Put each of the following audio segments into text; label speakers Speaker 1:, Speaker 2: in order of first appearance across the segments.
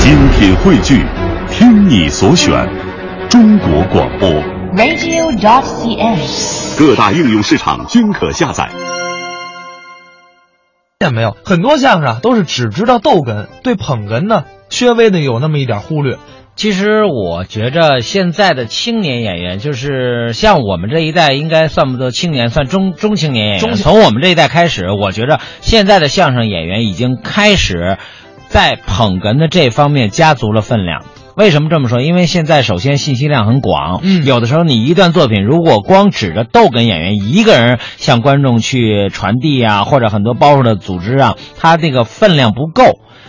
Speaker 1: 精品汇聚，听你所选，中国广播。
Speaker 2: radio.cn。
Speaker 1: 各大应用市场均可下载。
Speaker 3: 见没有，很多相声啊都是只知道逗哏，对捧哏呢，稍微的有那么一点忽略。
Speaker 4: 其实我觉着现在的青年演员，就是像我们这一代，应该算不得青年，算中中青年演
Speaker 3: 中
Speaker 4: 员。
Speaker 3: 青
Speaker 4: 从我们这一代开始，我觉着现在的相声演员已经开始在捧哏的这方面加足了分量。为什么这么说？因为现在首先信息量很广，
Speaker 3: 嗯
Speaker 4: 有的时候你一段作品如果光指着逗哏演员一个人向观众去传递啊，或者很多包袱的组织啊，它这个分量不够。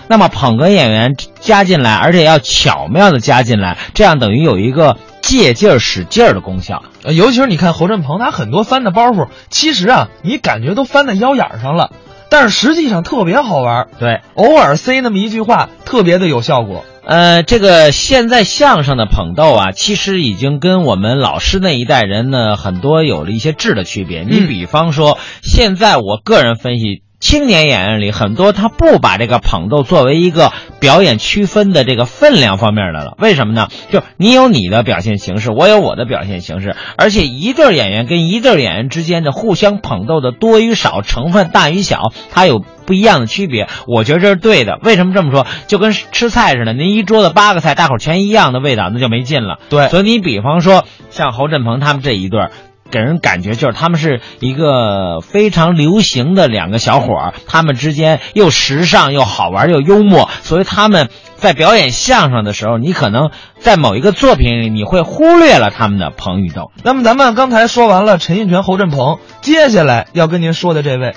Speaker 4: 那么捧哏演员加进来，而且要巧妙的加进来，这样等于有一个借劲儿使劲儿的功效。
Speaker 3: 呃尤其是你看侯振鹏，他很多翻的包袱，其实啊，你感觉都翻在腰眼儿上了，但是实际上特别好玩儿，
Speaker 4: 对，
Speaker 3: 偶尔塞那么一句话，特别的有效果。
Speaker 4: 呃，这个现在相声的捧逗啊，其实已经跟我们老师那一代人呢，很多有了一些质的区别。你
Speaker 3: 嗯
Speaker 4: 比方说，现在我个人分析。青年演员里很多，他不把这个捧逗作为一个表演区分的这个分量方面的了。为什么呢？就你有你的表现形式，我有我的表现形式，而且一对儿演员跟一对儿演员之间的互相捧逗的多与少成分大与小，它有不一样的区别。我觉得这是对的。为什么这么说？就跟吃菜似的，您一桌子八个菜，大伙儿全一样的味道，那就没劲了。
Speaker 3: 对
Speaker 4: 所以你比方说像侯振鹏他们这一对儿。给人感觉就是他们是一个非常流行的两个小伙儿，他们之间又时尚又好玩又幽默，所以他们在表演相声的时候，你可能在某一个作品里你会忽略了他们的捧与逗。
Speaker 3: 那么咱们刚才说完了陈印泉、侯振鹏，接下来要跟您说的这位，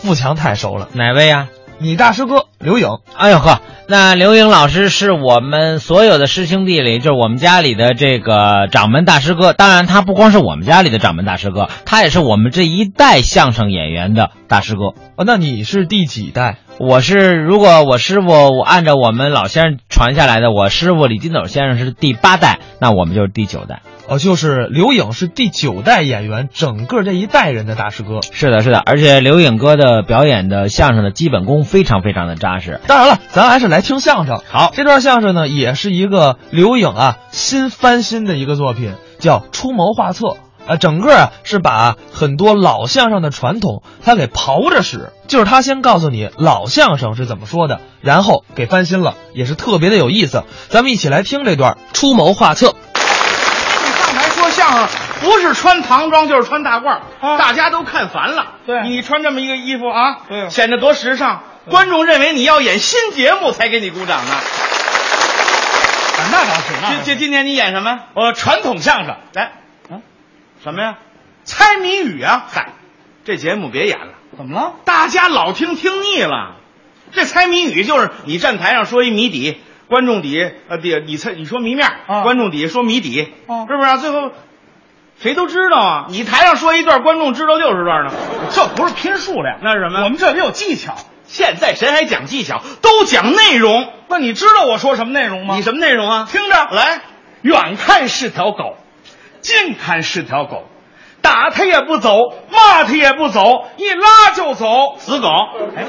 Speaker 3: 富强太熟了，
Speaker 4: 哪位呀、
Speaker 3: 你大师哥刘颖，
Speaker 4: 哎呦呵，那刘颖老师是我们所有的师兄弟里，就是我们家里的这个掌门大师哥。当然，他不光是我们家里的掌门大师哥，他也是我们这一代相声演员的大师哥。
Speaker 3: 哦，那你是第几代？
Speaker 4: 我是如果我师傅我按照我们老先生传下来的，我师傅李金斗先生是第八代，那我们就是第九代。
Speaker 3: 哦，就是刘颖是第九代演员，整个这一代人的大师哥。
Speaker 4: 是的，是的，而且刘颖哥的表演的相声的基本功非常非常的扎实。
Speaker 3: 当然了，咱还是来听相声。
Speaker 4: 好，
Speaker 3: 这段相声呢，也是一个刘颖啊新翻新的一个作品，叫《出谋划策》啊，整个啊是把很多老相声的传统，他给刨着使，就是他先告诉你老相声是怎么说的，然后给翻新了，也是特别的有意思。咱们一起来听这段《出谋划策》。
Speaker 5: 你上台说相声，不是穿唐装就是穿大褂儿，大家都看烦了。
Speaker 6: 啊对
Speaker 5: 你穿这么一个衣服啊，
Speaker 6: 对
Speaker 5: 显得多时尚。观众认为你要演新节目才给你鼓掌呢。
Speaker 6: 啊那倒是，那
Speaker 5: 今今今天你演什么？
Speaker 6: 我传统相声，啊
Speaker 5: 来，嗯，什么呀？猜谜语啊！嗨，这节目别演了，
Speaker 6: 怎么了？
Speaker 5: 大家老听听腻了。这猜谜语就是你站台上说一谜底，观众底下呃底你猜你说谜面儿，
Speaker 6: 啊
Speaker 5: 观众底下说谜底，
Speaker 6: 哦
Speaker 5: 是不是、啊？最后谁都知道啊！你台上说一段，观众知道六十段呢。
Speaker 6: 这不是拼数量，
Speaker 5: 那是什么呀
Speaker 6: 我们这里有技巧。
Speaker 5: 现在谁还讲技巧？都讲内容。
Speaker 6: 那你知道我说什么内容吗？
Speaker 5: 你什么内容啊？
Speaker 6: 听着，
Speaker 5: 来，
Speaker 6: 远看是条狗，近看是条狗，打它也不走，骂它也不走，一拉就走。
Speaker 5: 死狗！哎，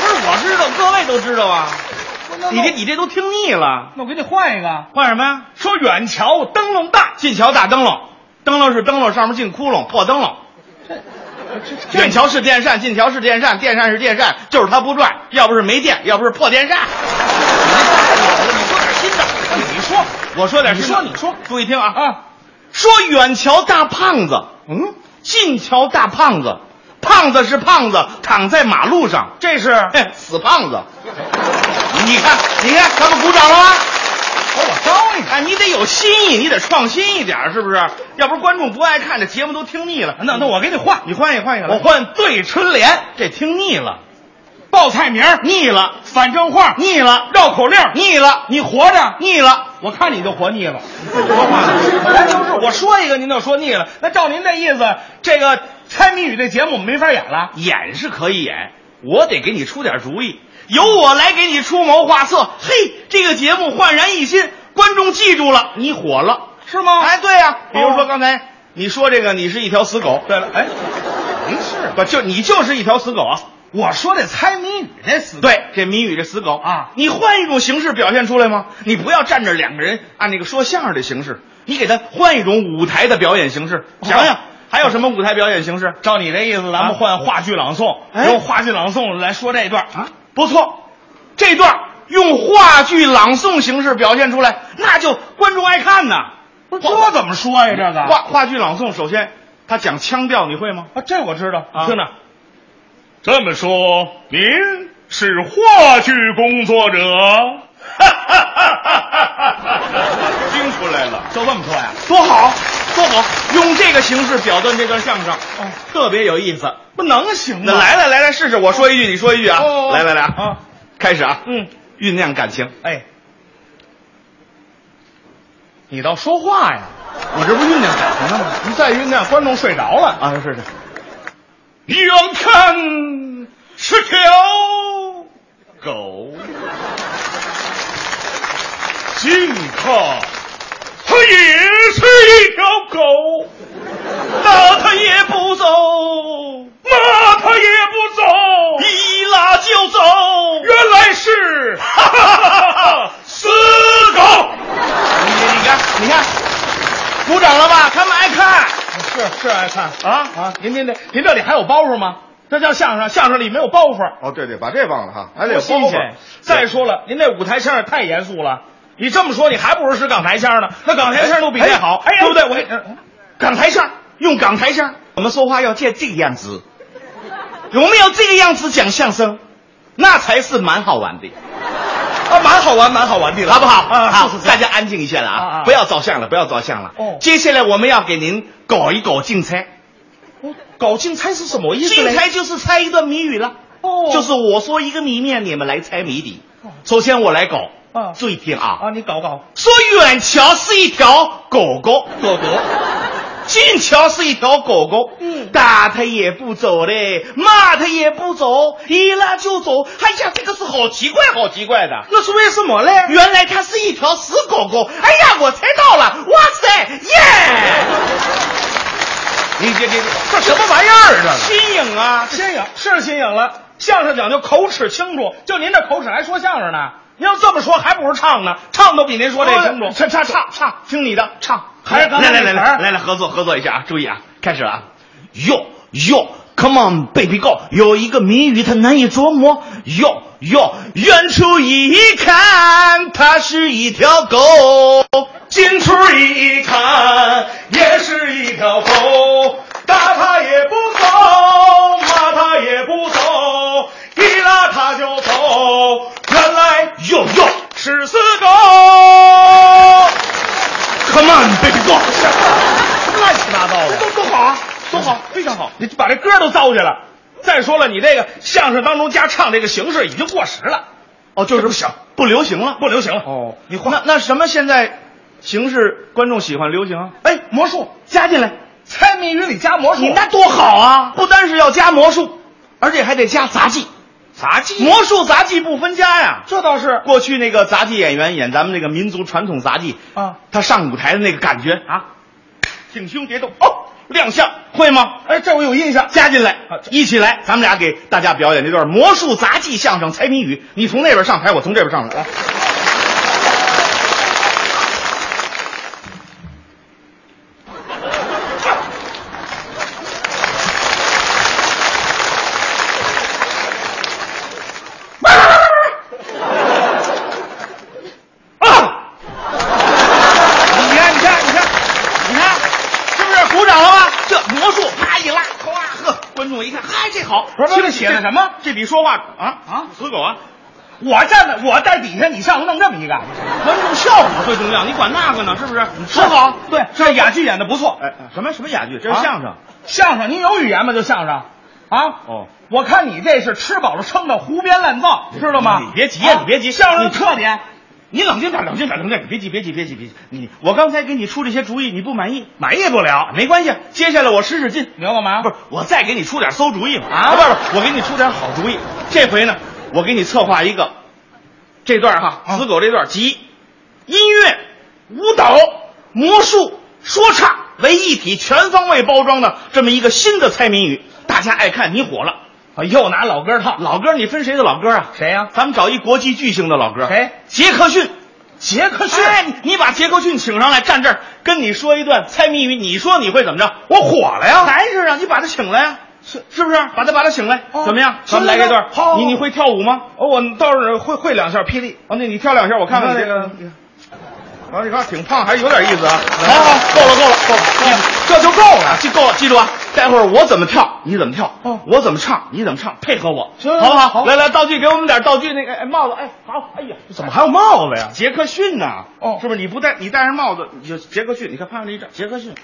Speaker 5: 不是我知道，各位都知道啊。你这你这都听腻了，
Speaker 6: 那我给你换一个，
Speaker 5: 换什么呀？
Speaker 6: 说远瞧灯笼大，
Speaker 5: 进桥打灯笼，灯笼是灯笼，上面进窟窿，破灯笼。远桥是电扇，近桥是电扇，电扇是电扇，就是它不转，要不是没电，要不是破电扇。你说点新的，你说，我说点新的，
Speaker 6: 你说你说，
Speaker 5: 注意听啊
Speaker 6: 啊！
Speaker 5: 说远桥大胖子，嗯，近桥大胖子，胖子是胖子，躺在马路上，
Speaker 6: 这是
Speaker 5: 嘿死胖子。你看，你看，他们鼓掌了吗？
Speaker 6: 哦我招你。
Speaker 5: 哎，你得有新意，你得创新一点，是不是？要不然观众不爱看，这节目都听腻了。
Speaker 6: 那那我给你换，
Speaker 5: 你换一个换一个，
Speaker 6: 我换对春联，
Speaker 5: 这听腻了，
Speaker 6: 报菜名儿
Speaker 5: 腻了，
Speaker 6: 反正话儿
Speaker 5: 腻了，
Speaker 6: 绕口令儿
Speaker 5: 腻了，
Speaker 6: 你活着
Speaker 5: 腻了。
Speaker 6: 我看你就活腻 了。本来就是我说一个您就说腻了，那照您这意思，这个猜谜语这节目我们没法演了。
Speaker 5: 演是可以演，我得给你出点主意，由我来给你出谋划策。嘿，这个节目焕然一新，观众记住了，你火了，
Speaker 6: 是吗
Speaker 5: 哎，对呀、比如说
Speaker 6: 哦
Speaker 5: 刚才你说这个，你是一条死狗，
Speaker 6: 对了，哎，
Speaker 5: 不就你就是一条死狗啊？
Speaker 6: 我说这猜谜语这死
Speaker 5: 对，这谜语这死狗
Speaker 6: 啊
Speaker 5: 你换一种形式表现出来吗？你不要站着两个人按那个说相声的形式，你给他换一种舞台的表演形式。想想还有什么舞台表演形式？
Speaker 6: 哦照你这意思，咱们换话剧朗诵，
Speaker 5: 哎
Speaker 6: 用话剧朗诵来说这一段
Speaker 5: 啊，
Speaker 6: 不错。
Speaker 5: 这段用话剧朗诵形式表现出来，那就观众爱看呐。
Speaker 6: 不是这怎么说呀？这个
Speaker 5: 话话剧朗诵，首先他讲腔调，你会吗？
Speaker 6: 啊，这我知道，
Speaker 5: 啊
Speaker 6: 听着。这么说，您是话剧工作者？
Speaker 5: 听出来了，
Speaker 6: 就这么说呀？
Speaker 5: 多好，多好！用这个形式表断这段相声，特别有意思。
Speaker 6: 哦不能行啊
Speaker 5: 那来来来来试试，我说一句，你说一句啊！
Speaker 6: 哦哦
Speaker 5: 来来来啊，
Speaker 6: 啊！
Speaker 5: 开始啊！
Speaker 6: 嗯，
Speaker 5: 酝酿感情。
Speaker 6: 哎，你倒说话呀！
Speaker 5: 我这不酝酿感情了吗？
Speaker 6: 你再酝酿，观众睡着了。
Speaker 5: 啊，是是，
Speaker 6: 仰看是条狗，近看它也是一条狗，打它也不走，骂它也不走，
Speaker 5: 一拉就走。
Speaker 6: 原来是哈哈哈死狗。
Speaker 5: 你你看你看，鼓掌了吧？他们爱看。
Speaker 6: 是是爱看啊啊！您您这您这里还有包袱吗？这叫相声，相声里没有包袱。
Speaker 5: 哦，对对，把这忘了哈，还
Speaker 6: 多新鲜！再说了，您那舞台腔儿太严肃了，你这么说，你还不如是港台腔儿呢。那港台腔儿都比这好，
Speaker 5: 哎呀
Speaker 6: 对不对？我给嗯
Speaker 5: 港台腔，用港台腔，我们说话要这这个 样子，有没有这个样子讲相声，那才是蛮好玩的。啊，蛮好玩，蛮好玩的了，好不好？
Speaker 6: 啊
Speaker 5: 好，
Speaker 6: 是是是
Speaker 5: 大家安静一下了啊，
Speaker 6: 啊啊
Speaker 5: 不要照相了，不要照相了。
Speaker 6: 哦
Speaker 5: 接下来我们要给您搞一搞竞猜，
Speaker 6: 搞竞猜是什么意思
Speaker 5: 竞
Speaker 6: 嘞？
Speaker 5: 猜就是猜一段谜语了。
Speaker 6: 哦
Speaker 5: 就是我说一个谜面，你们来猜谜底。首先我来搞，
Speaker 6: 啊
Speaker 5: 注意听啊，
Speaker 6: 啊，你搞搞
Speaker 5: 说远桥是一条狗狗，
Speaker 6: 狗狗，
Speaker 5: 近瞧是一条狗狗，嗯，打它也不走嘞，骂它也不走，一拉就走。哎呀，这个是好奇怪，好奇怪的。
Speaker 6: 那是为什么嘞？
Speaker 5: 原来它是一条死狗狗。哎呀，我猜到了！哇塞，耶！你这这这什么玩意儿啊？
Speaker 6: 新颖啊，新颖是新颖了。相声讲究口齿清楚，就您这口齿还说相声呢？您要这么说，还不如唱呢，唱都比您说这清楚。
Speaker 5: 哦唱唱唱唱，听你的，唱。
Speaker 6: 还是刚才
Speaker 5: 来来来
Speaker 6: 那词
Speaker 5: 来
Speaker 6: 儿
Speaker 5: 来来，合作合作一下啊！注意啊，开始了啊！哟哟，Come on baby go，有一个谜语它难以琢磨。哟哟，远处一看，它是一条狗。
Speaker 6: 近处一看，也是一条狗，打它也不走，骂它也不走，一拉它就走，原来
Speaker 5: 哟哟
Speaker 6: 是死狗。
Speaker 5: ，Come on baby go，
Speaker 6: 乱七八糟的，嗯
Speaker 5: 多多好啊，多好，非常好。
Speaker 6: 你把这歌都糟践了。再说了，你这个相声当中加唱这个形式已经过时了，
Speaker 5: 哦，就是不行，不流行了，
Speaker 6: 不流行了。
Speaker 5: 哦，你那那什么现在形式观众喜欢流行？啊
Speaker 6: 哎，魔术
Speaker 5: 加进来，
Speaker 6: 猜谜语里加魔术，
Speaker 5: 你那多好啊！不单是要加魔术，而且还得加杂技。
Speaker 6: 杂技
Speaker 5: 魔术杂技不分家呀。
Speaker 6: 这倒是
Speaker 5: 过去那个杂技演员演咱们那个民族传统杂技
Speaker 6: 啊，
Speaker 5: 他上舞台的那个感觉啊，
Speaker 6: 挺胸叠肚。
Speaker 5: 哦，亮相会吗？
Speaker 6: 哎，这我有印象。
Speaker 5: 加进来
Speaker 6: 啊，这
Speaker 5: 一起来，咱们俩给大家表演这段魔术杂技相声猜谜语。你从那边上台，我从这边上来。来
Speaker 6: 啊！你看，你看，你看，
Speaker 5: 你看，是不是鼓掌了吧？这魔术啪一拉，哗呵，观众一看，嗨，这好，
Speaker 6: 不是不是
Speaker 5: 这
Speaker 6: 写的什么
Speaker 5: 这比说话啊
Speaker 6: 啊
Speaker 5: 死狗啊！
Speaker 6: 我站在我在底下，你上头弄这么一个，
Speaker 5: 啊观众效果最重要，你管那个呢？是不是？
Speaker 6: 多好！对，这哑剧演的不错。
Speaker 5: 哎，什么什么哑剧？这
Speaker 6: 啊
Speaker 5: 是相声。
Speaker 6: 相声，你有语言吗？就相声，啊？
Speaker 5: 哦，
Speaker 6: 我看你这是吃饱了撑的，胡编乱造，知道吗？
Speaker 5: 你别急呀
Speaker 6: 啊
Speaker 5: 你别急
Speaker 6: 相声的
Speaker 5: 你
Speaker 6: 特点，
Speaker 5: 你冷静点，冷静点，冷静点！别急，别急，别急，别急！你我刚才给你出这些主意，你不满意，满意不了，没关系。接下来我使使劲，
Speaker 6: 你要干嘛？
Speaker 5: 不是，我再给你出点馊主意嘛？
Speaker 6: 啊
Speaker 5: 不是，不是我给你出点好主意。这回呢，我给你策划一个，这段哈，
Speaker 6: 啊
Speaker 5: 死狗这段集音乐、舞蹈、魔术、说唱为一体，全方位包装的这么一个新的猜谜语，大家爱看，你火了。
Speaker 6: 啊又拿老歌套。
Speaker 5: 老歌，你分谁的老歌啊？
Speaker 6: 谁呀
Speaker 5: 咱们找一国际巨星的老歌。
Speaker 6: 谁？
Speaker 5: 杰克逊。
Speaker 6: 杰克逊，
Speaker 5: 哎，你你把杰克逊请上来，站这儿跟你说一段猜谜语，你说你会怎么着？
Speaker 6: 我火了呀！
Speaker 5: 还是啊，你把他请来呀、是是不是？把他把他请来，
Speaker 6: 哦
Speaker 5: 怎么样？咱
Speaker 6: 行
Speaker 5: 们来这段
Speaker 6: 行行好
Speaker 5: 你你会跳舞吗？
Speaker 6: 哦，我倒是会会两下霹雳。
Speaker 5: 哦，那嗯你跳两下，我看看你
Speaker 6: 你
Speaker 5: 这
Speaker 6: 看
Speaker 5: 个
Speaker 6: 这。
Speaker 5: 啊，你看挺胖，还是有点意思啊。嗯好好，够了够了够了，这就够了，记够了，记住啊。待会儿我怎么跳，你怎么跳；
Speaker 6: 哦
Speaker 5: 我怎么唱，你怎么唱，配合我，
Speaker 6: 行
Speaker 5: 好不好？
Speaker 6: 好
Speaker 5: 来来，道具给我们点道具，那个哎帽子，哎好，哎呀，
Speaker 6: 怎么还有帽子呀？
Speaker 5: 杰克逊呐，
Speaker 6: 哦
Speaker 5: 是不是？你不戴，你戴上帽子，你就杰克逊。你看，拍上一张杰克逊，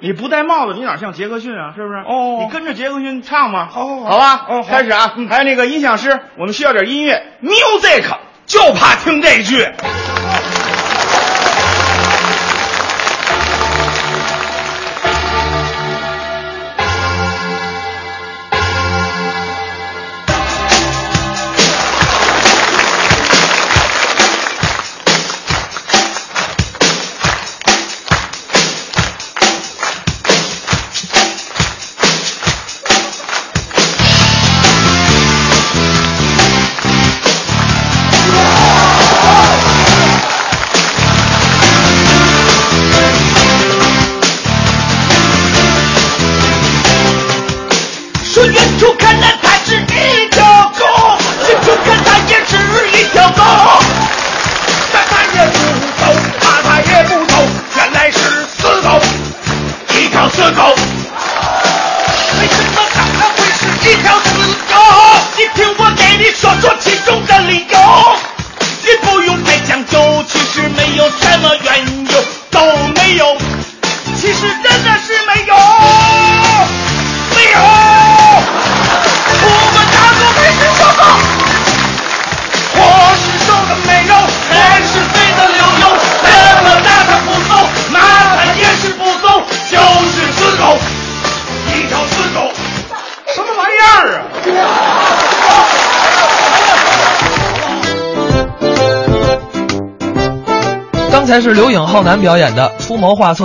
Speaker 5: 你不戴帽子，你哪像杰克逊啊？是不是？
Speaker 6: 哦
Speaker 5: 你跟着杰克逊唱嘛。
Speaker 6: 好
Speaker 2: 哦
Speaker 6: 好好
Speaker 5: 好吧。
Speaker 6: 嗯好
Speaker 5: 开始啊！还有那个音响师，我们需要点音乐，music，就怕听这句。
Speaker 2: 说远处看来它是一条狗，近处看它也是一条狗，但它也不走，怕它也不走，原来是死狗，一条死狗。为什么它还会是一条死狗？你听我给你说说其中的理由，你不用太讲究，其实没有什么缘由，都没有，其实真的是没有，没有。我们大哥没是说说，我是瘦的没有，还是肥的流油，怎么拿它不走，拿它也是不走，就是死狗，一条死狗。
Speaker 5: 什么玩意儿啊？
Speaker 3: 刚才是刘颖浩南表演的《出谋划策》。